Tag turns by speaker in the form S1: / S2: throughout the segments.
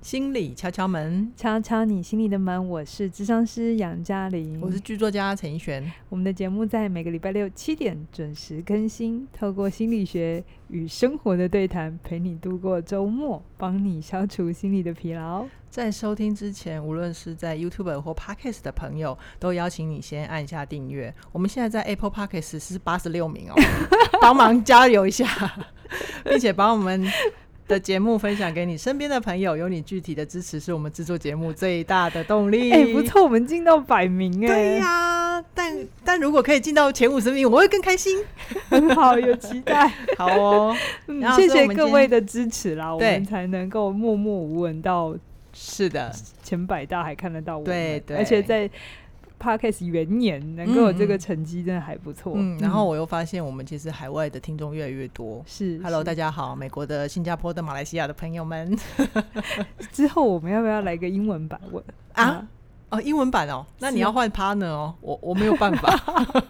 S1: 心理敲敲门，
S2: 敲敲你心里的门，我是智商师杨嘉玲，
S1: 我是剧作家陈奕璇。
S2: 我们的节目在每个礼拜六七点准时更新，透过心理学与生活的对谈，陪你度过周末，帮你消除心理的疲劳。
S1: 在收听之前，无论是在 YouTube 或 Podcast 的朋友，都邀请你先按下订阅。我们现在在 Apple Podcast 是八十六 名哦，帮忙加油一下， 并且把我们的节目分享给你身边的朋友。有你具体的支持，是我们制作节目最大的动力。
S2: 哎、不错，我们进到百名哎、
S1: 对呀、但但如果可以进到前五十名，我会更开心。
S2: 很好，有期 待。
S1: 好 哦，
S2: 嗯
S1: 然后
S2: 谢
S1: 所以我
S2: 谢
S1: 们
S2: 各
S1: 今
S2: 位
S1: 天
S2: 的支持啦，我
S1: 对
S2: 们才能够默默无闻到
S1: 是的，
S2: 前百大还看得到我们，
S1: 对对
S2: 而且在 Podcast 元年能够有这
S1: 嗯
S2: 个
S1: 嗯
S2: 成绩，真的还不错。
S1: 嗯，然后我又发现我们其实海外的听众越来越多。
S2: 是
S1: Hello，
S2: 是
S1: 大家好，美国的、新加坡的、马来西亚的朋友们
S2: 之后我们要不要来个英文 版问
S1: 啊，哦，英文版哦，那
S2: 是
S1: 你要换 partner 哦，我我没有办法，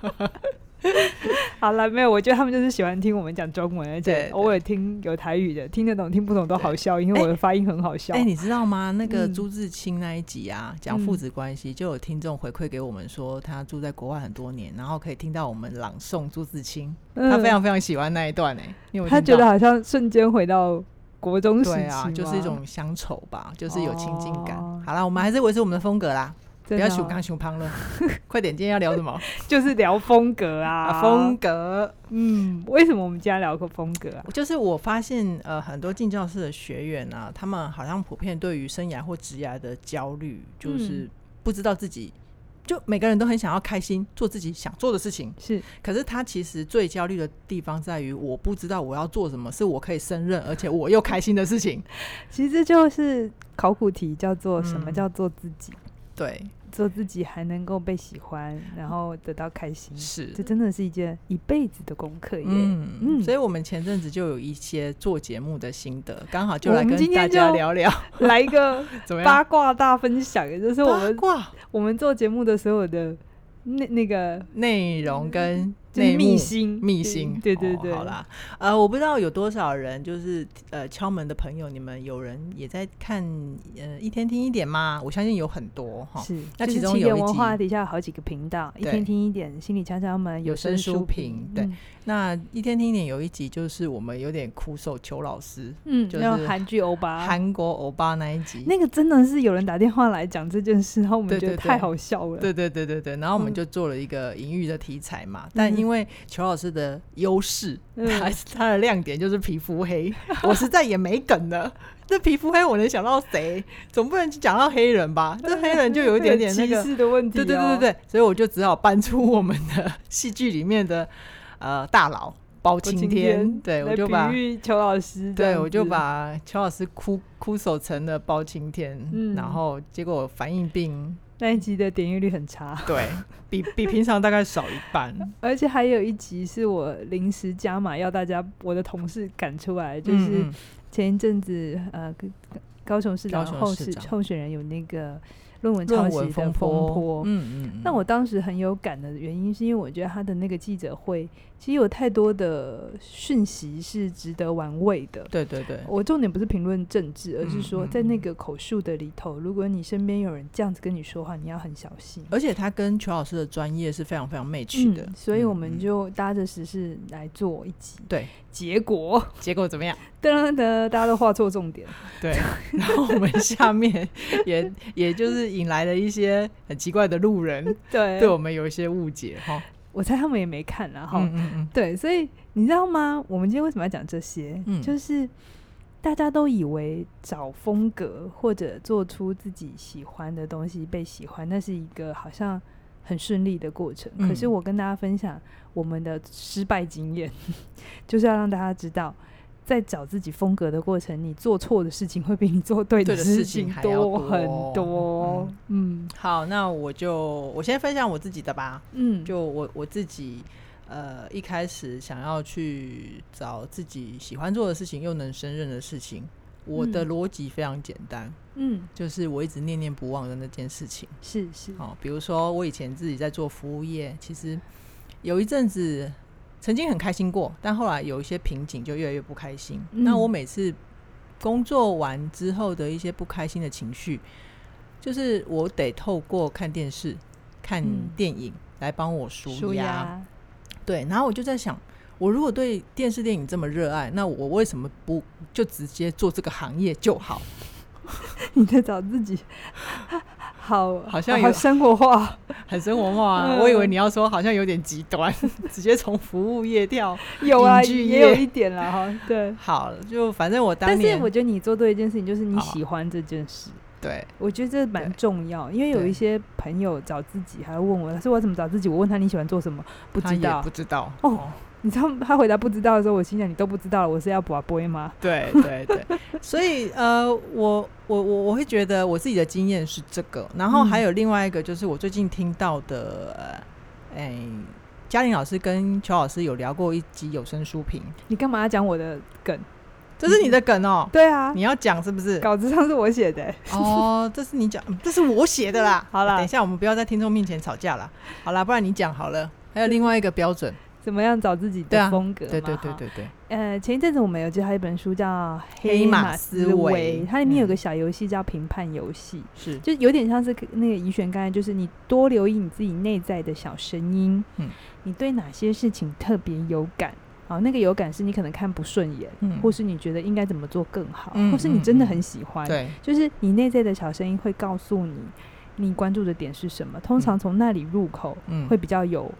S2: 好了，没有，我觉得他们就是喜欢听我们讲中文，而
S1: 对
S2: 且
S1: 对
S2: 偶尔听有台语的，听得懂听不懂都好笑，因为我的发音很好笑。
S1: 哎、你知道吗？那个
S2: 嗯
S1: 朱自清那一集啊，讲父子关系，就有听众回馈给我们说，他住在国外很多年，然后可以听到我们朗诵朱自清，
S2: 嗯
S1: 他非常非常喜欢那一段哎、你有没有
S2: 他
S1: 听
S2: 觉
S1: 到
S2: 得好像瞬间回到国中时期
S1: 对啊，就是一
S2: 吗
S1: 种乡愁吧，就是有亲近感。
S2: 哦
S1: 好啦，我们还是维持我们的风格啦，不
S2: 真的
S1: 要
S2: 哦
S1: 熊刚熊胖了， 快点，今天要聊什么？
S2: 就是聊风格
S1: 啊，
S2: 啊，
S1: 风格
S2: 嗯，为什么我们今天聊个风格啊？
S1: 就是我发现，呃，很多进教室的学员啊，他们好像普遍对于生涯或职涯的焦虑，就是
S2: 嗯
S1: 不知道自己，就每个人都很想要开心，做自己想做的事情。
S2: 是
S1: 可是他其实最焦虑的地方在于，我不知道我要做什么，是我可以胜任而且我又开心的事情。
S2: 其实就是考古题，叫做什么
S1: 嗯
S2: 叫做自己，
S1: 对，
S2: 做自己还能够被喜欢，然后得到开心，
S1: 是
S2: 这。真的是一件一辈子的功课耶。
S1: 嗯，
S2: 嗯
S1: 所以我们前阵子就有一些做节目的心得，刚好就
S2: 我
S1: 来
S2: 们
S1: 跟
S2: 今
S1: 大
S2: 天
S1: 家
S2: 就
S1: 聊聊
S2: 来一个
S1: 怎么
S2: 八
S1: 样。
S2: 卦大分享，也就是我们
S1: 卦
S2: 我们做节目的所有的那那个
S1: 内容跟
S2: 就是
S1: 内幕
S2: 秘辛，
S1: 密信，
S2: 对对
S1: 哦
S2: 对，
S1: 好，啦，呃，我不知道有多少人就是呃敲门的朋友，你们有人也在看呃一天听一点吗？我相信有很多哈。
S2: 是。
S1: 那
S2: 就是
S1: 其中
S2: 起
S1: 有
S2: 点
S1: 一
S2: 文
S1: 集
S2: 化底下有好几个频道，一
S1: 对
S2: 天听一点，心理敲敲门，
S1: 有声
S2: 声
S1: 书
S2: 书嗯
S1: 评对，那一天听一点有一集就是我们有点苦手邱老师，
S2: 嗯，
S1: 就是
S2: 然后韩剧欧巴，
S1: 韩国欧巴那一集。
S2: 啊那个真的是有人打电话来讲这件事，然后我们
S1: 对
S2: 觉得
S1: 对对
S2: 太好笑了。
S1: 对对对对对，然后我们
S2: 嗯
S1: 就做了一个隐喻的题材嘛，但
S2: 嗯
S1: 因为邱老师的优势，
S2: 嗯
S1: 还是 他的亮点就是皮肤黑，我实在也没梗了。这皮肤黑我能想到谁？总不能讲到黑人吧？这黑人就有一点点 那
S2: 会有
S1: 个
S2: 歧，视的问题、哦
S1: 对对对对，对，所以我就只好搬出我们的 戏剧里面的呃大佬包
S2: 我
S1: 青
S2: 天
S1: 天，对我就
S2: 来
S1: 把
S2: 比喻邱老师这样
S1: 对
S2: 子，
S1: 我就把邱老师哭哭手成了包青天，
S2: 嗯
S1: 然后结果反应 病
S2: 那一集的点阅率很差，
S1: 对比比平常大概少一半，
S2: 而且还有一集是我临时加码要大家我的同事赶出来，就
S1: 嗯
S2: 是
S1: 嗯
S2: 前一阵子呃跟高雄市长
S1: 高雄
S2: 候
S1: 市
S2: 选
S1: 长
S2: 候选人有那个论文抄
S1: 论
S2: 袭
S1: 文
S2: 的
S1: 风
S2: 风
S1: 波，嗯嗯嗯，
S2: 那我当时很有感的原因，是因为我觉得他的那个记者会，其实有太多的讯息是值得玩味的。
S1: 对对对，
S2: 我重点不是评论政治，而是
S1: 嗯
S2: 说
S1: 嗯
S2: 在那个口述的里头，如果你身边有人这样子跟你说话，你要很小心。
S1: 而且他跟邱老师的专业是非常非常 match 的，
S2: 嗯，所以我
S1: 嗯
S2: 们
S1: 嗯
S2: 就搭着时事来做一集。
S1: 对
S2: 结果
S1: 结果怎么样？
S2: 噔噔噔，大家都画错重点。
S1: 对，然后我们下面也也就是引来了一些很奇怪的路人，
S2: 对，
S1: 对我们有一些误解哈。
S2: 我猜他们也没看啦，哈、
S1: 嗯嗯嗯，
S2: 对，所以你知道吗？我们今天为什么要讲这些？
S1: 嗯
S2: 就是大家都以为找风格或者做出自己喜欢的东西被喜欢，那是一个好像很顺利的过程。可是
S1: 嗯
S2: 我跟大家分享我们的失败经验， 就是要让大家知道。在找自己风格的过程，你做错的事情会比你做对
S1: 对的事
S2: 事
S1: 情还要
S2: 多
S1: 多
S2: 很多。嗯
S1: 好，那我就我先分享我自己的吧，
S2: 嗯，
S1: 就我我自己。呃，一开始想要去找自己喜欢做的事情，又能胜任的事情，我的
S2: 嗯
S1: 逻辑非常简单，
S2: 嗯
S1: 就是我一直念念不忘的那件事情。
S2: 是是
S1: 哦，比如说我以前自己在做服务业，其实有一阵子曾经很开心过，但后来有一些瓶颈，就越来越不开心。那
S2: 嗯
S1: 我每次工作完之后的一些不开心的情绪，就是我得透过看电视、看
S2: 嗯
S1: 电影来帮我舒
S2: 舒
S1: 压。
S2: 压，
S1: 对，然后我就在想，我如果对电视电影这么热爱，那我为什么不就直接做这个行业就好？
S2: 你在找自己， 好，
S1: 好像有
S2: 好生活化，
S1: 很生活化啊！我以为你要说好像有点极端， 直接从服务业跳。
S2: 有啊，
S1: 影剧
S2: 也有
S1: 业
S2: 一点啦哈，对。
S1: 好，就反正我当
S2: 但是
S1: 年
S2: 我觉得你做对一件事情，就是你
S1: 好啊
S2: 喜欢这件事。
S1: 对
S2: 我觉得这蛮
S1: 对
S2: 重要，因为有
S1: 对
S2: 一些朋友找自己，还会问我，他说我怎么找自己？我问他你喜欢做什么，不
S1: 他
S2: 知
S1: 也
S2: 道
S1: 不。知道
S2: 哦，你知道他回答不知道的时候，我心想你都不知道了，我是要把杯吗？
S1: 对对对， 所以呃，我我我我会觉得我自己的经验是这个，然后还有另外一个就是我最近听到的，呃哎、嘉玲老师跟邱老师有聊过一集有声书评，
S2: 你干嘛要讲我的梗？
S1: 这是你的梗哦、
S2: 对啊，
S1: 你要讲是不是？
S2: 稿子上是我写的欸、
S1: 哦，这是你讲，嗯这是我写的啦。
S2: 好啦
S1: 等一下我们不要在听众面前吵架啦。好啦，不然你讲好了。还有另外一个标准，
S2: 怎么样找自己
S1: 对
S2: 的
S1: 啊
S2: 风格嘛？
S1: 对对对
S2: 哈。
S1: 对对，
S2: 呃，前一阵子我们有介绍一本书叫《
S1: 黑马
S2: 马
S1: 思
S2: 维
S1: 维》，
S2: 它里面
S1: 嗯
S2: 有个小游戏叫评判游戏，
S1: 是，
S2: 就有点像是那个怡璇刚才，就是你多留意你自己内在的小声音，
S1: 嗯
S2: 你对哪些事情特别有感？好，那个有感是你可能看不顺眼，
S1: 嗯
S2: 或是你觉得应该怎么做更好，
S1: 嗯
S2: 或是你真的
S1: 嗯
S2: 很喜欢，
S1: 对，
S2: 就是你内在的小声音会告诉你你关注的点是什么。通常从那里入口
S1: 嗯，
S2: 会比较有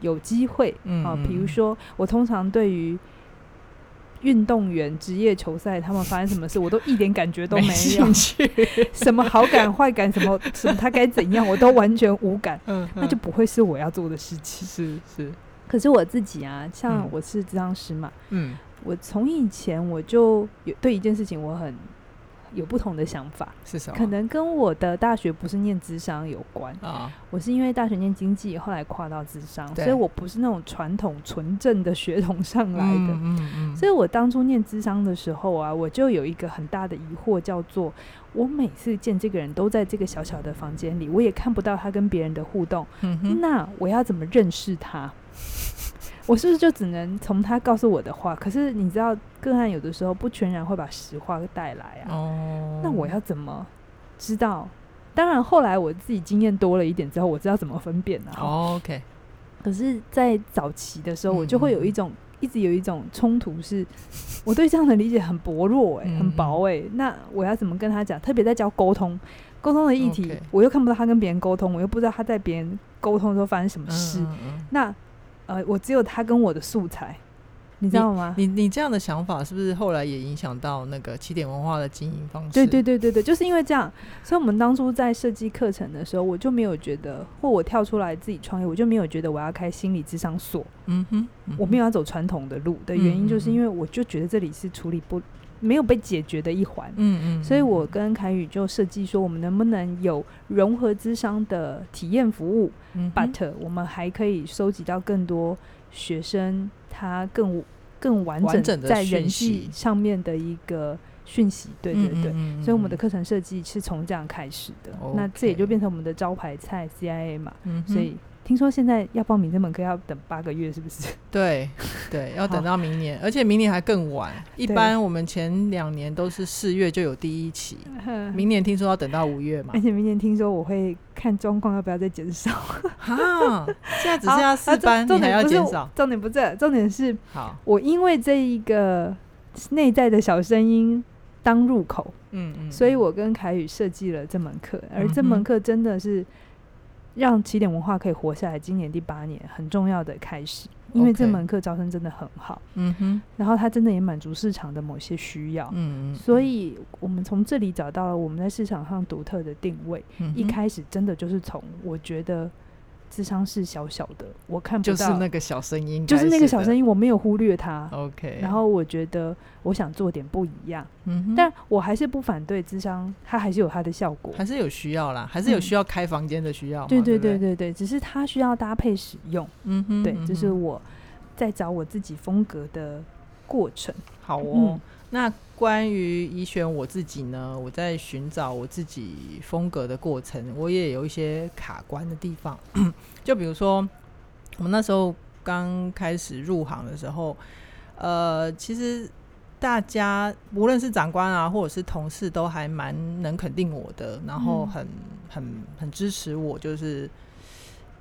S2: 有机会
S1: 嗯
S2: 啊
S1: 嗯。
S2: 比如
S1: 嗯
S2: 说，我通常对于运动员职业球赛他们发生什么事，我都一点感觉都没有
S1: 兴。 趣，
S2: 什么好感、坏感，什么什么他该怎样，我都完全无感，
S1: 嗯，
S2: 那就不会是我要做的事 情。
S1: 是是，
S2: 可嗯是我自己啊，像
S1: 嗯
S2: 我是治疗师嘛，
S1: 嗯
S2: 我从以前我就有对一件事情我很有不同的想法，
S1: 是什么？
S2: 可能跟我的大学不是念智商有关，
S1: 啊，
S2: 我是因为大学念经济，后来跨到智商，
S1: 对
S2: 所以我不是那种传统纯正的血统上来的。
S1: 嗯嗯嗯，
S2: 所以我当初念智商的时候啊，我就有一个很大的疑惑，叫做我每次见这个人都在这个小小的房间里，我也看不到他跟别人的互动，
S1: 嗯哼，
S2: 那我要怎么认识他？ 我是不是就只能从他告诉我的话？可是你知道，个案有的时候不全然会把实话带来啊。
S1: 哦，
S2: 那我要怎么知道？当然，后来我自己经验多了一点之后，我知道怎么分辨了、啊。
S1: 哦 OK，
S2: 可是，在早期的时候，我就会有一
S1: 嗯嗯嗯
S2: 种、一直有一种冲突是，我对这样的理解很薄弱、欸，
S1: 嗯
S2: 很薄、欸，那我要怎么跟他讲？特别在教沟通，沟通的议题
S1: OK
S2: 我又看不到他跟别人沟通，我又不知道他在别人沟通的时候发生什么
S1: 嗯
S2: 事。
S1: 嗯嗯
S2: 那呃，我只有他跟我的素材，你知道吗？
S1: 你你这样的想法是不是后来也影响到那个起点文化的经营方式？
S2: 对对对对对，就是因为这样，所以我们当初在设计课程的时候，我就没有觉得，或我跳出来自己创业，我就没有觉得我要开心理智商所，
S1: 嗯哼，嗯哼，
S2: 我没有要走传统的路的原因，就是因为我就觉得这里是处理不没有被解决的一环，
S1: 嗯，嗯嗯，
S2: 所以我跟凯宇就设计说，我们能不能有融合智商的体验服务，
S1: 嗯哼
S2: but 我们还可以收集到更多学生他更更完
S1: 完
S2: 整
S1: 整的
S2: 在
S1: 讯
S2: 人
S1: 息
S2: 际上面的一个讯息。对对对，
S1: 嗯
S2: 所以我们的，课程设计是从这样开始的。那这也就
S1: OK
S2: 变成我们的招牌菜 CIA 嘛。
S1: 嗯嗯嗯嗯哼
S2: 所以听说现在要报名这门课要等八个月，是不 是？
S1: 对对，要
S2: 好
S1: 等到明年，而且明年还更晚。一
S2: 对
S1: 般我们前两年都是四月就有第一期，明年听说要等到五月 嘛
S2: 而。且明年听说我会看状况要不要再减少，
S1: 哈，现在只
S2: 好
S1: 剩下
S2: 啊
S1: 四
S2: 重
S1: 班，
S2: 重
S1: 你还
S2: 点
S1: 要
S2: 不是
S1: 减
S2: 我
S1: 少。
S2: 重点不是这，重点是
S1: 好，
S2: 我因为这一个内在的小声音当入口，
S1: 嗯嗯，
S2: 所以我跟凯宇设计了这门课，而这
S1: 嗯
S2: 门
S1: 哼
S2: 课真的是让起点文化可以活下来，今年第八年很重要的开始，因为这
S1: OK
S2: 门课招生真的很好，
S1: 嗯哼，
S2: 然后它真的也满足市场的某些需要，
S1: 嗯嗯，
S2: 所以我们从这里找到了我们在市场上独特的定位。
S1: 嗯
S2: 一
S1: 哼
S2: 开始真的就是从我觉得智商是小小的，我看不
S1: 就是
S2: 到，
S1: 那个小声音，
S2: 就是那个小声
S1: 音。
S2: 音，我没有忽略它。
S1: OK，
S2: 然后我觉得我想做点不一样，
S1: 哦嗯哼，
S2: 但我还是不反对智商，它还是有它的效果。
S1: 还是有需要啦，还是有
S2: 嗯
S1: 需要开房间的需要嘛。
S2: 对
S1: 对
S2: 对
S1: 不
S2: 对，对对，只是它需要搭配使用。
S1: 嗯哼，
S2: 对，
S1: 嗯
S2: 这是
S1: 哼
S2: 我在找我自己风格的过程。
S1: 好哦
S2: 嗯。
S1: 那关于以选我自己呢，我在寻找我自己风格的过程，我也有一些卡关的地方。 就比如说，我们那时候刚开始入行的时候，呃，其实大家无论是长官啊，或者是同事，都还蛮能肯定我的，然后
S2: 嗯
S1: 很、很很支持我，就是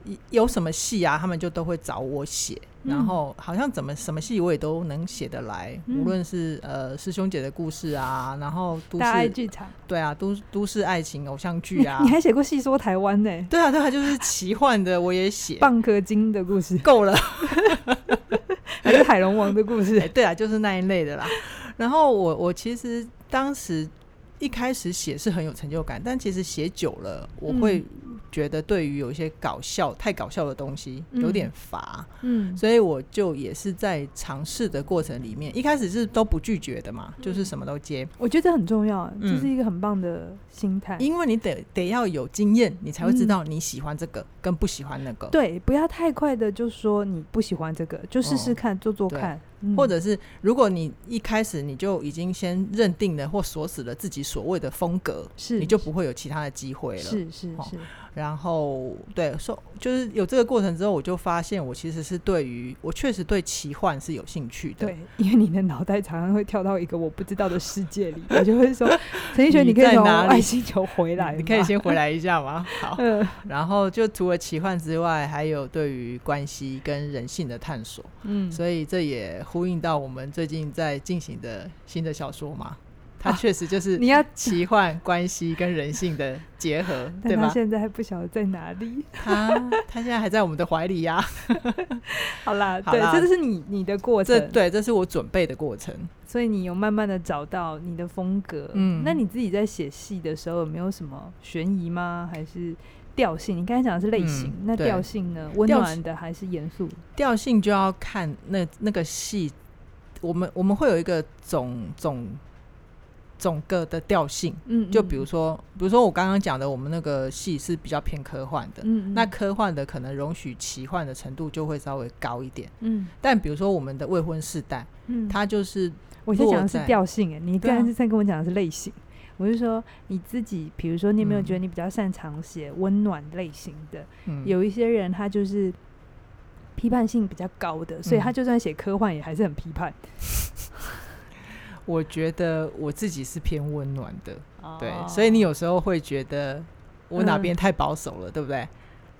S1: 一有什么戏啊，他们就都会找我写，然
S2: 嗯
S1: 后哦好像怎么什么戏我也都能写得来，
S2: 嗯
S1: 无论是呃师兄姐的故事 啊，然后都
S2: 大爱
S1: 市
S2: 剧场，
S1: 对啊，都都市爱情偶像
S2: 你
S1: 剧啊
S2: 你，还写过戏说台湾呢、
S1: 对啊对啊，就是奇幻的我也 写，
S2: 蚌壳精的故事，
S1: 够了。
S2: 还是海龙王的故
S1: 哎，
S2: 事？
S1: 对啊，就是那一类的啦。然后我我其实当时一开始写是很有成就感，但其实写久了，我
S2: 嗯
S1: 会觉得对于有一些搞笑、太搞笑的东西有点乏，
S2: 嗯
S1: 所以我就也是在尝试的过程里面，一开始是都不拒绝的嘛，
S2: 嗯
S1: 就是什么都接，
S2: 我觉得这很重要，这、
S1: 嗯
S2: 是一个很棒的心态。
S1: 因为你得得要有经验，你才会知道你喜欢这个跟不喜欢那个。
S2: 对，不要太快的就说你不喜欢这个，就试试
S1: 哦
S2: 看，做做
S1: 对
S2: 看，嗯
S1: 或者是如果你一开始你就已经先认定了或锁死了自己所谓的风格，
S2: 是
S1: 你就不会有其他的机会了。
S2: 是是
S1: 哦
S2: 是，
S1: 然后对，说就是有这个过程之后，我就发现我其实是对于我确实对奇幻是有兴趣的。
S2: 对，因为你的脑袋常常会跳到一个我不知道的世 界里，我就会说，陈奕迅，
S1: 你
S2: 你可以
S1: 在
S2: 从
S1: 哪里
S2: 外星球回来吗，
S1: 你可以先回来一下吗？好，
S2: 嗯
S1: 然后就除了奇幻之外，还有对于关系跟人性的探索，
S2: 嗯，
S1: 所以这也呼应到我们最近在进行的新的小说嘛，它确实就是
S2: 啊你要。
S1: 奇幻、关系跟人性的结 合，对
S2: 但他
S1: 吧？
S2: 现在还不晓得在哪里。
S1: 它 它现在还在我们的怀里 呀、
S2: 好啦，
S1: 好
S2: 对，
S1: 啦
S2: 这就是你你的过
S1: 这
S2: 程，
S1: 对，这是我准备的过程。
S2: 所以你有慢慢的找到你的风格。
S1: 嗯
S2: 那你自己在写戏的时候有没有什么悬疑吗？还是调性？你刚才讲的是类型，
S1: 嗯
S2: 那
S1: 对
S2: 调性呢？温
S1: 调
S2: 暖
S1: 性
S2: 的还是严肃？
S1: 调性就要看那那个戏，我们我们会有一个总总总个的调性。
S2: 嗯，
S1: 就比如
S2: 说，
S1: 说，比如说我刚刚讲的，我们那个戏是比较偏科幻的，
S2: 嗯，嗯
S1: 那科幻的可能容许奇幻的程度就会稍微高一点。
S2: 嗯
S1: 但比如说我们的未婚世代，
S2: 嗯，
S1: 它就是
S2: 我现在讲
S1: 落
S2: 的是
S1: 在
S2: 调性，哎，你
S1: 对
S2: 刚
S1: 啊
S2: 才是在跟我讲的是类型。我是说，你自己，比如说，你有没有
S1: 嗯
S2: 觉得你比较擅长写温暖类型的？
S1: 嗯，
S2: 有一些人他就是批判性比较高的，所以他
S1: 嗯
S2: 就算写科幻也还是很批判。
S1: 我觉得我自己是偏温暖的，对，
S2: 哦
S1: 所以你有时候会觉得我哪边太保守了，对不对？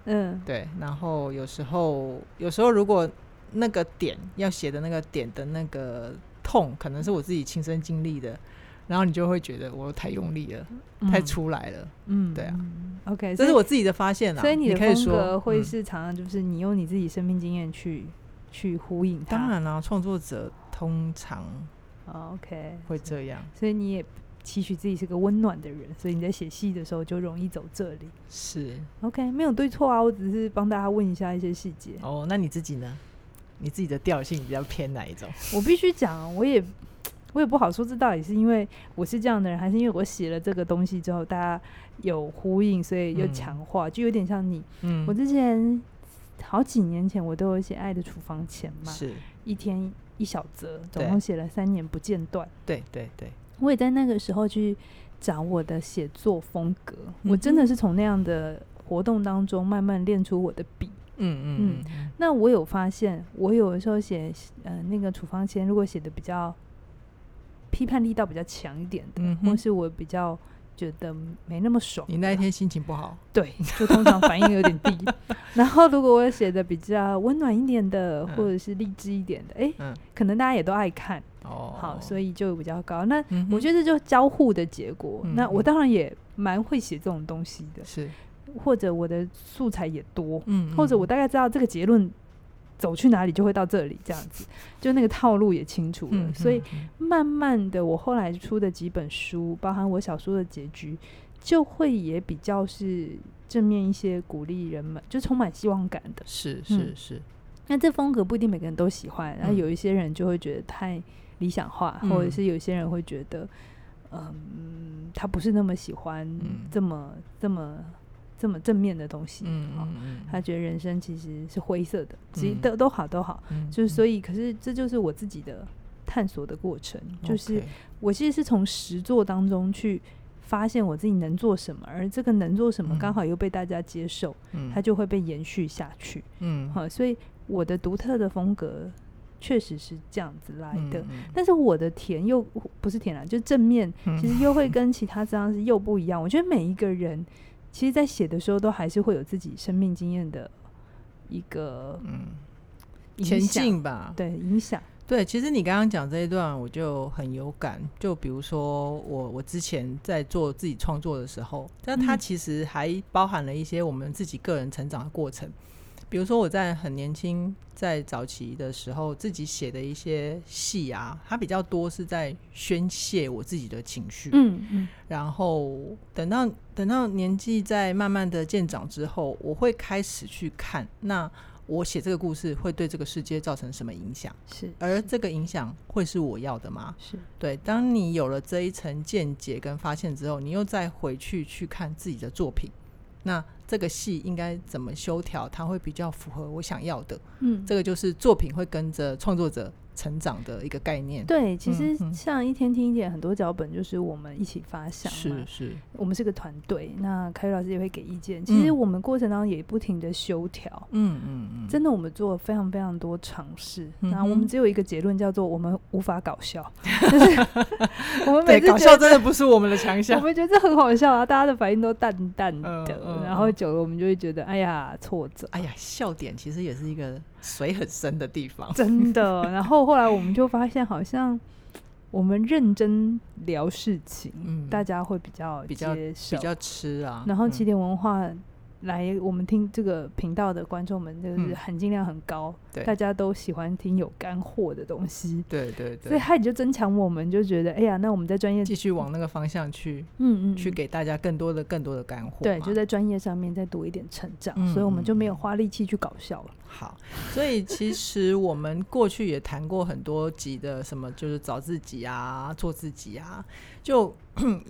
S2: 嗯
S1: 对，然后有时候有时候如果那个点要写的那个点的那个痛，可能是我自己亲身经历的，然后你就会觉得我太用力了，太
S2: 嗯
S1: 出来了，
S2: 嗯
S1: 对啊
S2: 嗯，OK，
S1: 这
S2: 所以
S1: 是我自己的发现啦。
S2: 所以
S1: 你
S2: 你
S1: 可以
S2: 的风格
S1: 说
S2: 会、
S1: 嗯
S2: 是常常就是你用你自己生命经验去去呼应它。
S1: 嗯当然啦、创作者通常
S2: 哦，OK，
S1: 会这样，
S2: 所以你也期许自己是个温暖的人，所以你在写戏的时候就容易走这里。
S1: 是
S2: OK，没有对错啊，我只是帮大家问一下一些细节。
S1: 哦。那你自己呢？你自己的调性比较偏哪一种？
S2: 我必须讲，啊我也我也不好说，这到底是因为我是这样的人，还是因为我写了这个东西之后，大家有呼应，所以又
S1: 嗯
S2: 强化，就有点像你。
S1: 嗯
S2: 我之前好几年前，我都有写《爱的处方前》嘛，
S1: 是
S2: 一天一小则，总
S1: 对
S2: 共写了三年不间断。
S1: 对对对，
S2: 我也在那个时候去找我的写作风格，我真
S1: 嗯
S2: 的是从那样的活动当中慢慢练出我的笔。
S1: 嗯嗯嗯
S2: 那我有发现，我有的时候写呃那个处方签，如果写的比较批判力道比较强一点的，
S1: 嗯
S2: 或
S1: 哼嗯
S2: 是我比较觉得没那么爽，
S1: 你那一天心情不好，
S2: 对， 就通常反应有点 低。然后如果我写的比较温暖一点的，或者是励志一点的，诶，
S1: 嗯
S2: 可能大家也都爱看，
S1: 哦，
S2: 好，所
S1: 以、
S2: 以就比较高。那
S1: 嗯
S2: 我
S1: 哼
S2: 觉得这就交互的结果。那我
S1: 嗯嗯
S2: 当然也蛮会写这种东西的，
S1: 是
S2: 或者我的素材也多，
S1: 嗯，
S2: 或者
S1: 嗯
S2: 我大概知道这个结论走去哪里就会到这里，这样子，就那个套路也清楚了。
S1: 嗯，
S2: 所以
S1: 嗯
S2: 慢慢的，我后来出的几本书，包含我小说的结局，就会也比较是正面一些，鼓励人们，就充满希望感的。
S1: 是
S2: 嗯
S1: 是是，
S2: 那这风格不一定每个人都喜欢，然后
S1: 嗯
S2: 有一些人就会觉得太理想化，或者
S1: 嗯
S2: 是有些人会觉得，嗯，他不是那么喜欢
S1: 嗯
S2: 这么、这么这么正面的东西，
S1: 嗯
S2: 好
S1: 嗯嗯，
S2: 他觉得人生其实是灰色的，其实
S1: 嗯
S2: 都都好都好，
S1: 嗯
S2: 就是所
S1: 以
S2: 以，可是这就是我自己的探索的过程，就是我其实是从实作当中去发现我自己能做什么，而这个能做什么
S1: 嗯
S2: 刚好又被大家接受，它就会被延续下去。
S1: 嗯
S2: 好，所以我的独特的风格确实是这样子来的。
S1: 嗯嗯
S2: 但是我的甜又不是甜啦，就是正面
S1: 嗯
S2: 其实又会跟其他章是又不一样。我觉得每一个人，其实，在写的时候都还是会有自己生命经验的一个影
S1: 嗯前
S2: 响，
S1: 进吧。
S2: 对影响，
S1: 对，其实你刚刚讲这一段，我就很有感。就比如说我我之前在做自己创作的时候，但它
S2: 嗯
S1: 其实还包含了一些我们自己个人成长的过程。比如说我在很年轻，在早期的时候，自己写的一些戏啊，它比较多是在宣泄我自己的情绪。
S2: 嗯嗯
S1: 然后等到等到年纪在慢慢的渐长之后，我会开始去看，那我写这个故事会对这个世界造成什么影响，
S2: 是
S1: 而这个影响会是我要的吗？
S2: 是
S1: 对，当你有了这一层见解跟发现之后，你又再回去去看自己的作品，那这个戏应该怎么修调，它会比较符合我想要的。
S2: 嗯
S1: 这个就是作品会跟着创作者成长的一个概念。
S2: 对。其实
S1: 嗯嗯
S2: 像一天听一点，很多脚本就是我们一起发想嘛
S1: 是，是，
S2: 我们是个团队，那凯宇老师也会给意见。其实
S1: 嗯
S2: 我们过程当中也不停的修调。
S1: 嗯嗯嗯，
S2: 真的，我们做了非常非常多尝试，
S1: 嗯哼
S2: 那、我们只有一个结论，叫做我们无法搞 笑。就是我们每
S1: 对，
S2: 次
S1: 搞
S2: 觉
S1: 笑
S2: 得
S1: 真的不是我们的强项
S2: 我。们觉得这很好笑啊，大家的反应都淡淡的，
S1: 嗯嗯
S2: 然后
S1: 嗯
S2: 久了我们就会觉得哎呀挫折，
S1: 哎呀，笑点其实也是一个水很深的地方。
S2: 真的。然后后来我们就发现，好像我们认真聊事情，
S1: 嗯
S2: 大家会比较
S1: 比较
S2: 接受
S1: 嗯比。较吃啊，
S2: 然后起
S1: 其
S2: 点文化来我们听这个频道的观众们，就是
S1: 嗯
S2: 含金量很高，
S1: 对
S2: 大家都喜欢听有干货的东西。
S1: 对对
S2: 所以
S1: 对，
S2: 他也就增强我们，就觉得哎呀，那我们在专业，
S1: 继续往那个方向去，
S2: 嗯嗯，
S1: 去
S2: 嗯
S1: 给大家更多的更多的干货嘛。
S2: 对，就在专业上面再多一点成长，
S1: 嗯
S2: 所以我们就没
S1: 嗯
S2: 有
S1: 嗯
S2: 花力气去搞笑了。
S1: 好。所以其实我们过去也谈过很多集的什么，就是找自己啊，做自己啊，就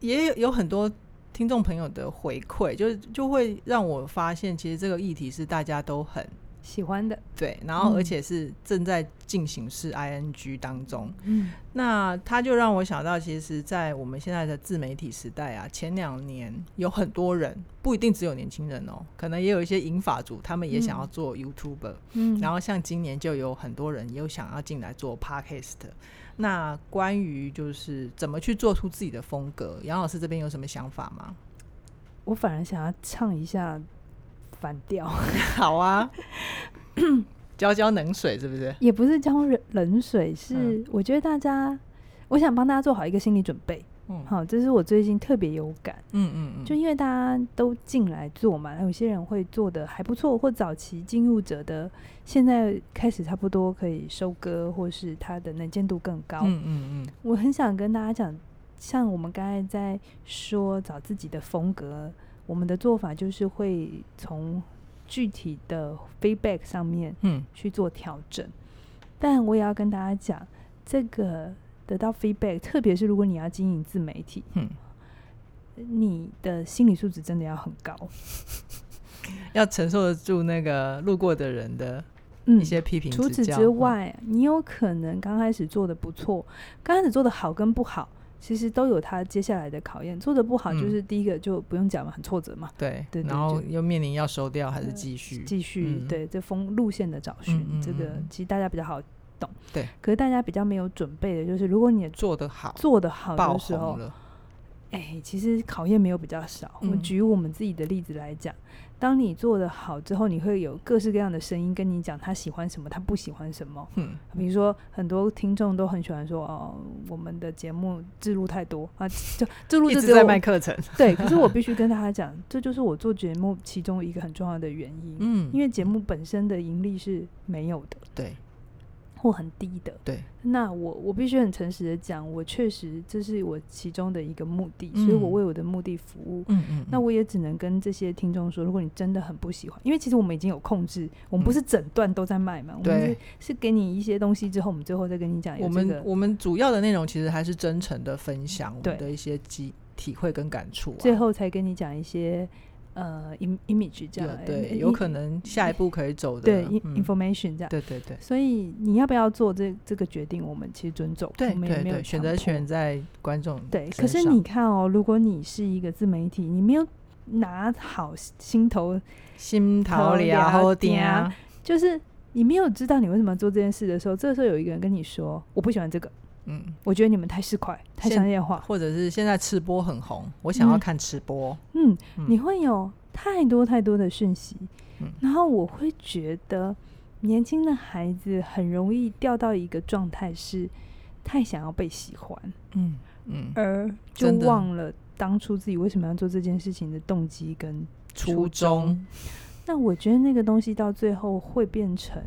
S1: 也有很多。听众朋友的回馈，就是就会让我发现，其实这个议题是大家都很
S2: 喜欢的，
S1: 对，然后而
S2: 嗯
S1: 且是正在进行式 ing 当中，
S2: 嗯
S1: 那它就让我想到，其实，在我们现在的自媒体时代啊，前两年有很多人，不一定只有年轻人哦，可能也有一些银发族，他们也想要做 YouTuber、
S2: 嗯，
S1: 然
S2: 后
S1: 后像今年就有很多人又想要进来做 Podcast。那关于就是怎么去做出自己的风格，杨老师这边有什么想法吗？
S2: 我反而想要唱一下反调，
S1: 好啊， 浇浇冷水是不是？
S2: 也不是浇冷冷水，是、
S1: 嗯
S2: 我觉得大家，我想帮大家做好一个心理准备，
S1: 嗯
S2: 好，这是我最近特别有感，
S1: 嗯嗯嗯，
S2: 就因为大家都进来做嘛，有些人会做的还不错，或早期进入者的，现在开始差不多可以收割，或是它的能见度更高，
S1: 嗯嗯嗯
S2: 我很想跟大家讲，像我们刚才在说找自己的风格，我们的做法就是会从具体的 feedback 上面
S1: 嗯，
S2: 去做调整。但我也要跟大家讲，这个得到 feedback，特别是如果你要经营自媒体，
S1: 嗯，
S2: 你的心理素质真的要很高。
S1: 要承受得住那个路过的人的
S2: 嗯
S1: 一，些批评、
S2: 除此
S1: 教
S2: 之，外，你有可能刚开始做的不错，刚开始做的好跟不好，其实都有它接下来的考验。做的不好，
S1: 嗯
S2: 就是第一个就不用讲嘛，很挫折嘛，
S1: 对，
S2: 对对
S1: 然后
S2: 就
S1: 又面临要收掉还是
S2: 呃
S1: 继续？
S2: 继续、
S1: 嗯
S2: 对这风路线的找寻，
S1: 嗯嗯
S2: 这个
S1: 嗯
S2: 其实大家比较好懂。
S1: 对，
S2: 可是大家比较没有准备的就是，如果你
S1: 做得好，
S2: 做的好
S1: 爆
S2: 的时候
S1: 红，了，
S2: 哎，其实考验没有比较少。我
S1: 嗯
S2: 举我们自己的例子来讲，当你做的好之后，你会有各式各样的声音跟你讲他喜欢什么，他不喜欢什么。
S1: 嗯，
S2: 比如说，很多听众都很喜欢说：“哦，我们的节目制录太多啊， 就制录
S1: 一
S2: 就
S1: 直
S2: 只有
S1: 在
S2: 我
S1: 卖课程，
S2: 对。”可是我必须跟大家讲，这就是我做节目其中一个很重要的原因，
S1: 嗯，
S2: 因
S1: 为
S2: 为节目本身的盈利是没有的
S1: 对
S2: 或很低的。
S1: 对，
S2: 那我我必须很诚实的讲，我确实这是我其中的一个目的，所以我
S1: 嗯
S2: 为我的目的服务。
S1: 嗯嗯，
S2: 那我也只能跟这些听众说，如果你真的很不喜欢，因为其实我们已经有控制，我们不
S1: 嗯
S2: 是整段都在卖嘛，我们是
S1: 对
S2: 是给你一些东西之后，我们最后再跟你讲有
S1: 我
S2: 这
S1: 们
S2: 个。
S1: 我们主要的内容其实还是真诚的分享我
S2: 对
S1: 们的一些体体会跟感触啊，
S2: 最后才跟你讲一些呃 im- image 这
S1: 有
S2: 样，
S1: 对，
S2: 呃
S1: 有
S2: 一
S1: 可能下一步可以走的，
S2: 对
S1: 嗯
S2: information 这样。
S1: 对对对
S2: 所以你要不要做这这个决定，我们其实尊重，
S1: 对
S2: 我们也
S1: 对
S2: 没有
S1: 对，选
S2: 强
S1: 择
S2: 迫
S1: 权在观众
S2: 对。可
S1: 身
S2: 是
S1: 上
S2: 你看哦，如果你是一个自媒体，你没有拿好心头，
S1: 心
S2: 头
S1: 头
S2: 了
S1: 聊好
S2: 定
S1: 点啊，
S2: 就是你没有知道你为什么要做这件事的时候，这时候有一个人跟你说：“我不喜欢这个，
S1: 嗯，
S2: 我觉得你们太市侩，太
S1: 现
S2: 商业化。
S1: 或者是现在吃播很红，我想要
S2: 嗯
S1: 看吃播，”
S2: 嗯，
S1: 嗯
S2: 你会有太多太多的讯息，
S1: 嗯
S2: 然后我会觉得年轻的孩子很容易掉到一个状态是太想要被喜欢，
S1: 嗯嗯，
S2: 而就
S1: 真的
S2: 忘了当初自己为什么要做这件事情的动机跟
S1: 初衷，
S2: 那我觉得那个东西到最后会变成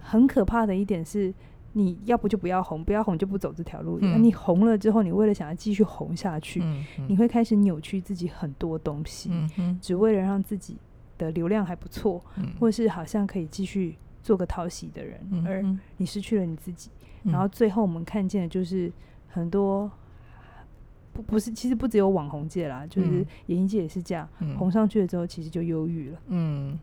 S2: 很可怕的一点是，你要不就不要红，不要红就不走这条路。
S1: 嗯
S2: 你红了之后，你为了想要继续红下去，
S1: 嗯
S2: 你
S1: 嗯
S2: 会开始扭曲自己很多东西，
S1: 嗯哼
S2: 只为了让自己的流量还不错，
S1: 嗯，
S2: 或是好像可以继续做个讨喜的人，
S1: 嗯
S2: 而
S1: 哼
S2: 你失去了你自己。
S1: 嗯
S2: 然后最后我们看见的就是很多。不不是，其实不只有网红界啦，就是
S1: 嗯
S2: 演艺界也是这样，
S1: 嗯
S2: 红上去了之后，其实就忧郁了。
S1: 嗯，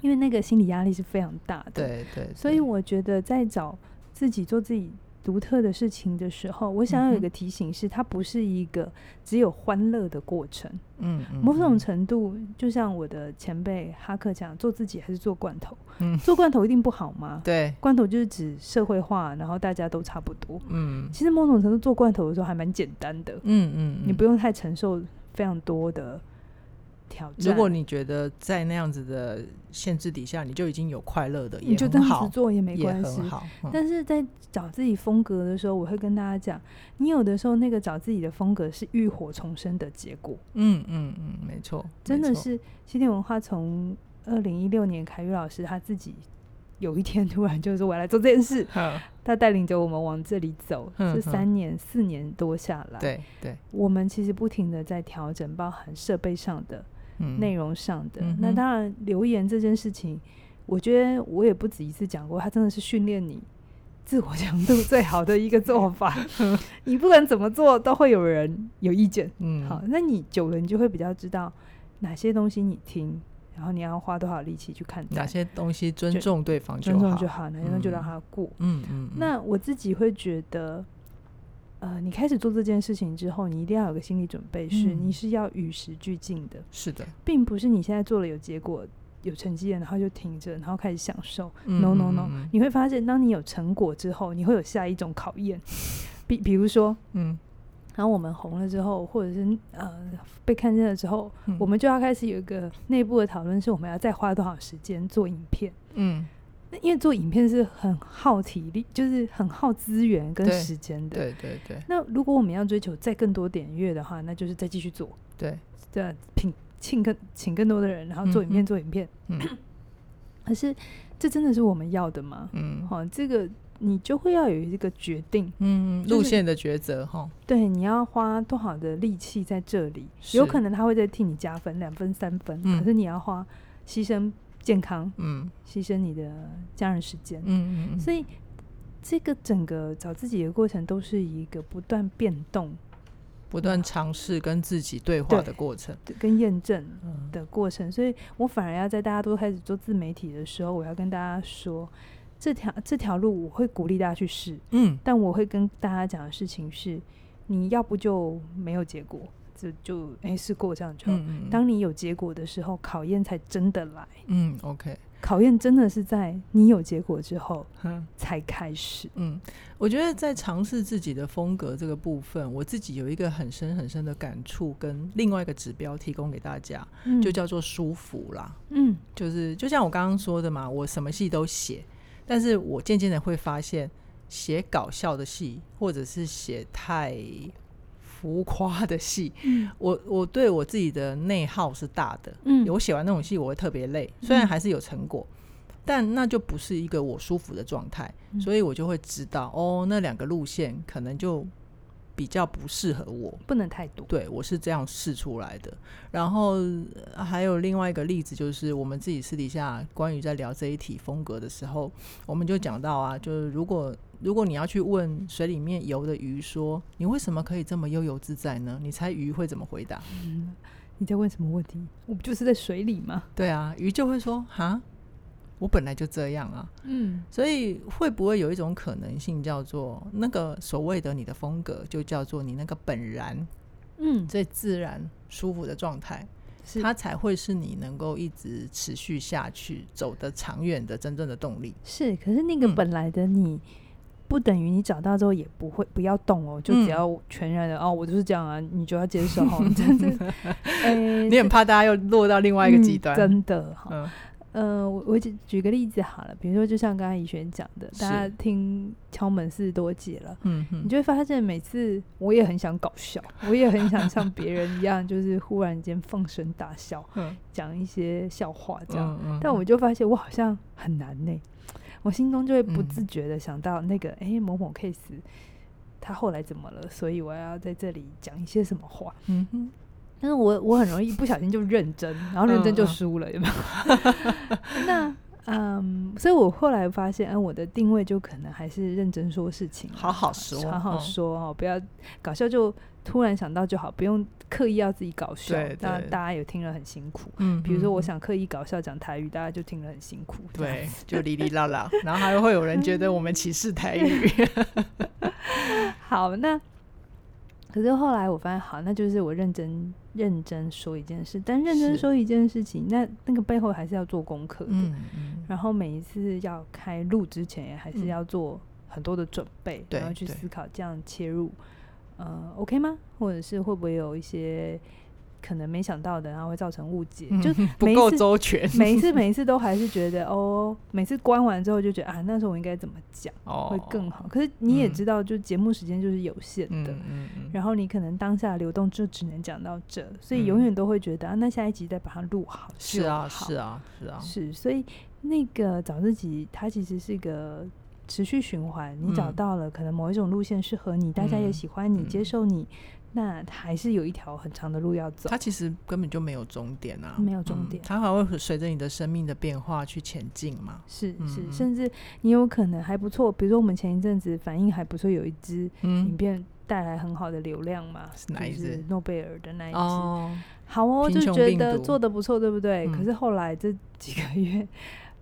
S2: 因为那个心理压力是非常大的。，
S1: 对对，
S2: 所
S1: 对
S2: 以我觉得在找自己做自己独特的事情的时候，我想
S1: 嗯
S2: 要有一个提醒是，它不是一个只有欢乐的过程。
S1: 嗯嗯
S2: 某种
S1: 嗯
S2: 程度，就像我的前辈哈克讲，做自己还是做罐头？
S1: 嗯
S2: 做罐头一定不好吗？
S1: 对，
S2: 罐头就是指社会化，然后大家都差不多。
S1: 嗯
S2: 其实某种程度，做罐头的时候还蛮简单的，
S1: 嗯嗯，
S2: 你
S1: 嗯
S2: 不用太承受非常多的挑战。
S1: 如果你觉得在那样子的限制底下，你就已经有快乐的，
S2: 你
S1: 也
S2: 就这
S1: 很
S2: 样子
S1: 好，
S2: 做也没
S1: 也
S2: 关系
S1: 很，好。嗯
S2: 但是在找自己风格的时候，我会跟大家讲，你有的时候那个找自己的风格是浴火重生的结果，
S1: 嗯嗯嗯，没错，
S2: 真
S1: 没
S2: 的
S1: 错，
S2: 是西点文化从二零一六年凯宇老师他自己有一天 突然就说我要来做这件事，
S1: 嗯
S2: 他带领着我们往这里走，
S1: 嗯
S2: 这三年四年多下来，
S1: 对对，
S2: 我们其实不停的在调整，包含设备上的、
S1: 嗯，
S2: 内容上的。
S1: 嗯
S2: 那
S1: 哼
S2: 当然，留言这件事情，我觉得我也不止一次讲过，它真的是训练你自我强度最好的一个做 法。你不管怎么做，都会有人有意见。
S1: 嗯
S2: 好，，那你久了，你就会比较知道哪些东西你听，然后你要花多少力气去看待，
S1: 哪些东西尊
S2: 就
S1: 重对方
S2: 尊重
S1: 好
S2: 就，好，哪些东西就让
S1: 嗯
S2: 它过。
S1: 嗯嗯，嗯
S2: 那我自己会觉得，呃，你开始做这件事情之后，你一定要有个心理准备，是
S1: 嗯
S2: 你是要与时俱进的，
S1: 是的
S2: 并不是你现在做了有结果、有成绩了，然后就停着，然后开始享受。
S1: 嗯
S2: no no
S1: 嗯
S2: no，、
S1: 嗯
S2: 你会发现，当你有成果之后，你会有下一种考验，比比如说。
S1: 嗯，
S2: 然后我们红了之后，或者是呃被看见了之后，
S1: 嗯
S2: 我们就要开始有一个内部的讨论，是我们要再花多少时间做影片。
S1: 嗯，
S2: 那因为做影片是很耗体力，就是很耗资源跟
S1: 对
S2: 时间的。
S1: 对对对
S2: 那如果我们要追求再更多点阅的话，那就是再继续做，
S1: 对，
S2: 对，请请更请更多的人，然后做影片、
S1: 嗯哼
S2: 做影片。
S1: 嗯
S2: 可是这真的是我们要的吗？
S1: 嗯
S2: 好、这个你就会要有一个决定，
S1: 嗯，
S2: 就
S1: 路
S2: 是
S1: 线的抉择哈，
S2: 对，你要花多少的力气在这里？
S1: 是
S2: 有可能他会再替你加分两分、三分，
S1: 嗯
S2: 可是你要花牺牲健康，
S1: 嗯
S2: 牺牲你的家人时间，
S1: 嗯嗯，
S2: 所以这个整个找自己的过程都是一个不断变动
S1: 不断尝试跟自己对话
S2: 对
S1: 的过程，
S2: 跟验证
S1: 嗯
S2: 的过程，所以我反而要在大家都开始做自媒体的时候，我要跟大家说，这条这条路我会鼓励大家去试，
S1: 嗯
S2: 但我会跟大家讲的事情是，你要不就没有结果，就就诶试过这样就好。
S1: 嗯，嗯
S2: 当你有结果的时候，考验才真的来。
S1: 嗯 OK，
S2: 考验真的是在你有结果之后
S1: 嗯。
S2: 才开始。
S1: 嗯，我觉得在尝试自己的风格这个部分，我自己有一个很深很深的感触，跟另外一个指标提供给大家，
S2: 嗯
S1: 就叫做舒服啦。
S2: 嗯
S1: 就是就像我刚刚说的嘛，我什么戏都写，但是我渐渐的会发现，写搞笑的戏，或者是写太浮夸的戏，
S2: 嗯
S1: 我我对我自己的内耗是大的。
S2: 嗯
S1: 我写完那种戏，我会特别累，虽然还是有成果，但那就不是一个我舒服的状态，
S2: 嗯
S1: 所以我就会知道，哦，那两个路线可能就比较不适合我。
S2: 不能太多。
S1: 对我是这样试出来的。然后呃还有另外一个例子，就是我们自己私底下关于在聊这一题风格的时候，我们就讲到啊，就是如果如果你要去问水里面游的鱼说，你为什么可以这么悠游自在呢？你猜鱼会怎么回答？
S2: 嗯你在问什么问题？我不就是在水里吗？
S1: 对啊，鱼就会说哈，我本来就这样啊。
S2: 嗯
S1: 所以会不会有一种可能性，叫做那个所谓的你的风格，就叫做你那个本然
S2: 嗯，
S1: 最自然、舒服的状态？
S2: 是
S1: 它才会是你能够一直持续下去、走得长远的真正的动力。
S2: 是，可是那个
S1: 嗯
S2: 本来的你，不等于你找到之后也不会不要动哦，就
S1: 嗯
S2: 只要全然的、哦，我就是这样啊，你就要接受 哦，真的，呃
S1: 你很怕大家又落到另外一个极端。
S2: 嗯真的哈。
S1: 嗯
S2: 呃，我我举举个例子好了，比如说就像刚才怡璇讲的，大家
S1: 是
S2: 听敲门四十多集了。
S1: 嗯
S2: 你
S1: 嗯，
S2: 就会发现，每次我也很想搞笑，我也很想像别人一样，就是忽然间放声大笑，
S1: 嗯
S2: 讲一些笑话这样。
S1: 嗯嗯
S2: 但我就发现我好像很难呢、我心中就会不自
S1: 嗯
S2: 觉的想到那个，哎、某某 case，他后来怎么了？所以我要在这里讲一些什么话。
S1: 嗯哼
S2: 但是我我很容易一不小心就认真，然后认真就
S1: 嗯嗯
S2: 输了，有 没有？那嗯，所以我后来发现，哎、我的定位就可能还是认真说事情啊，
S1: 好好说
S2: 好好
S1: 嗯
S2: 说哦，不要搞笑就突然想到就好，不用刻意要自己搞笑
S1: 对，
S2: 那
S1: 对
S2: 大家也听了很辛苦。
S1: 嗯，
S2: 比如说，我
S1: 嗯
S2: 想刻意搞笑讲台语，大家就听了很辛苦。这样
S1: 对， 就哩哩啦啦，然后还会有人觉得我们歧视台 语。
S2: 好，那可是后来我发现，好，那就是我认真认真说一件事，但认真
S1: 是
S2: 说一件事情，那那个背后还是要做功课的。
S1: 嗯嗯，
S2: 然后每一次要开录之前，也还是
S1: 嗯
S2: 要做很多的准备，
S1: 对
S2: 然后去
S1: 对
S2: 思考这样切入，呃，OK 吗？或者是会不会有一些可能没想到的，然后会造成误解？就
S1: 嗯不
S2: 每一
S1: 够
S2: 次
S1: 周全
S2: 每一次每一次都还是觉得哦，每次关完之后就觉得啊，那时候我应该怎么讲
S1: 哦，
S2: 会更好。可是你也
S1: 嗯
S2: 知道，就节目时间就是有限
S1: 嗯
S2: 的，
S1: 嗯嗯，
S2: 然后你可能当下流动就只能讲到这，所以永
S1: 嗯
S2: 远都会觉得、啊，那下一集再把它录好。
S1: 是啊
S2: 好
S1: 是啊是啊，
S2: 是，所以那个找自己，它其实是一个持续循环。你找
S1: 嗯
S2: 到了可能某一种路线适合你，大家也
S1: 嗯
S2: 喜欢你，接
S1: 嗯
S2: 受你，那还是有一条很长的路要走
S1: 它。其实根本就没有终点啊，
S2: 没有终
S1: 嗯
S2: 点
S1: 它还会随着你的生命的变化去前进嘛。
S2: 是是，
S1: 嗯
S2: 甚至你有可能还不错，比如说我们前一阵子反应还不错，有一支影
S1: 嗯，
S2: 片带来很好的流量嘛，
S1: 是哪
S2: 就
S1: 一
S2: 是
S1: 支
S2: 诺贝尔的那一支。
S1: 哦，
S2: 好哦，
S1: 贫
S2: 就
S1: 穷
S2: 觉
S1: 病
S2: 得
S1: 毒
S2: 做的不错，对不对？可
S1: 嗯
S2: 是后来这几个月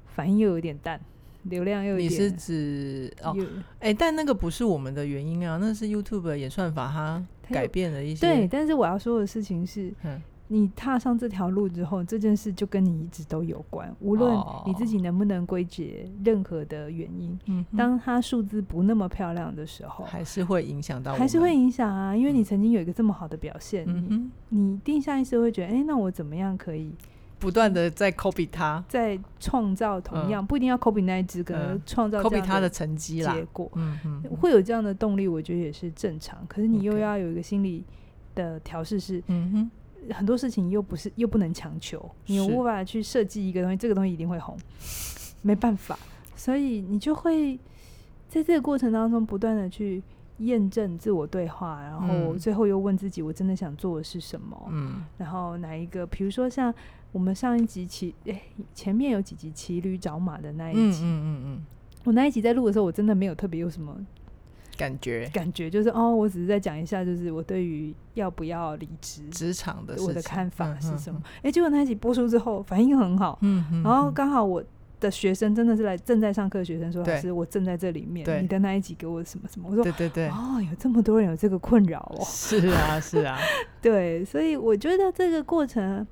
S2: 反应又有点淡，流量又有
S1: 你
S2: 点
S1: 是指哦，
S2: 有
S1: 哎、但那个不是我们的原因啊，那是 YouTube 的演算法它
S2: 它有
S1: 改变了一些。
S2: 对，，但是我要说的事情是，
S1: 嗯
S2: 你踏上这条路之后，这件事就跟你一直都有关，无论
S1: 哦
S2: 你自己能不能归结任何的原因。
S1: 嗯哼，
S2: 当它数字不那么漂亮的时候，
S1: 还是会影响到我们，
S2: 还是会影响啊，因为你
S1: 嗯
S2: 曾经有一个这么好的表现，
S1: 嗯哼，
S2: 你你一定下意识会觉得，哎、那我怎么样可以
S1: 不断的在 copy 它
S2: 再创造同
S1: 嗯
S2: 样，不一定要 copy 那一只，可能
S1: 嗯
S2: 创造这
S1: ，copy
S2: 样
S1: 它的成绩啦
S2: 结。果，
S1: 嗯嗯
S2: 会有这样的动力，我觉得也是正常。可是你又
S1: OK
S2: 要有一个心理的调试是。
S1: 嗯哼，
S2: 很多事情又不是又不能强求，你
S1: 是
S2: 无法去设计一个东西，这个东西一定会红， 没办法，所以你就会在这个过程当中不断的去验证自我对话，然后
S1: 嗯
S2: 最后又问自己，我真的想做的是什么？
S1: 嗯
S2: 然后哪一个，比如说像我们上一集骑，诶、前面有几集骑驴找马的那
S1: 嗯
S2: 一
S1: 嗯
S2: 集，
S1: 嗯
S2: 我那一集在录的时候，我真的没有特别有什么
S1: 嗯，感觉
S2: 感觉，就是哦，我只是在讲一下，就是我对于要不要离职
S1: 职场的事
S2: 我的
S1: 情
S2: 看法
S1: 嗯
S2: 是
S1: 嗯
S2: 什么？哎、结果那一集播出之后反应很好，
S1: 嗯嗯，
S2: 然后
S1: 嗯
S2: 刚好我的学生真的是来正在上课的学生说，
S1: 对
S2: 老师我正在这里面，
S1: 对
S2: 你的那一集给我什么什么，我说
S1: 对对对，
S2: 哦，有这么多人有这个困扰哦，
S1: 是啊是 啊，
S2: 对，所以我觉得这个过程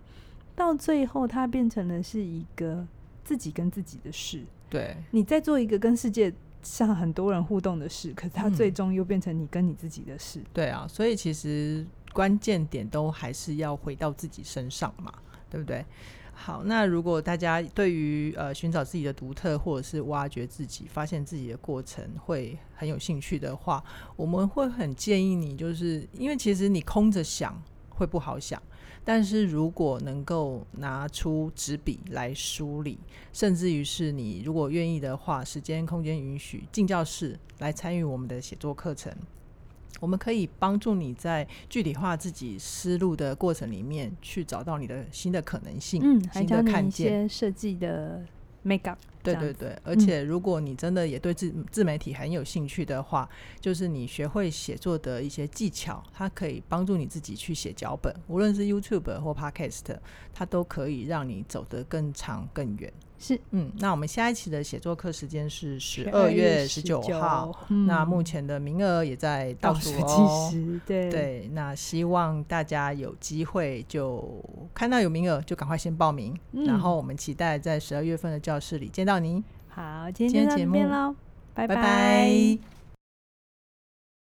S2: 到最后它变成了是一个自己跟自己的事，
S1: 对，
S2: 你在做一个跟世界。上很多人互动的事，可是它
S1: 嗯
S2: 最终又变成你跟你自己的事。
S1: 对啊，所以其实关键点都还是要回到自己身上嘛，对不对？好，那如果大家对于呃寻找自己的独特，或者是挖掘自己、发现自己的过程会很有兴趣的话，我们会很建议你，就是因为其实你空着想会不好想，但是如果能够拿出纸笔来梳理，甚至于是你如果愿意的话，时间空间允许，进教室来参与我们的写作课程，我们可以帮助你在具体化自己思路的过程里面，去找到你的新的可能性，
S2: 嗯，还
S1: 新
S2: 教
S1: 的
S2: 你
S1: 看
S2: 一
S1: 见。
S2: 些设计的 make up。
S1: 对
S2: 这样
S1: 对
S2: 子嗯
S1: 对，而且如果你真的也对自嗯自媒体很有兴趣的话，就是你学会写作的一些技巧，它可以帮助你自己去写脚本，无论是 YouTube 或 Podcast，它都可以让你走得更长更远。
S2: 是
S1: 嗯，那我们下一期的写作课时间是十二月十九号，，
S2: 嗯
S1: 那目前的名额也在
S2: 倒
S1: 倒
S2: 数
S1: 数
S2: 计
S1: 哦。
S2: 时，对，
S1: 对，那希望大家有机会就看到有名额就赶快先报名，
S2: 嗯
S1: 然后我们期待在十二月份的教室里见到您。
S2: 好，今
S1: 今天
S2: 天就到
S1: 节
S2: 这边
S1: 目
S2: 喽，拜
S1: 拜
S2: 拜
S1: 拜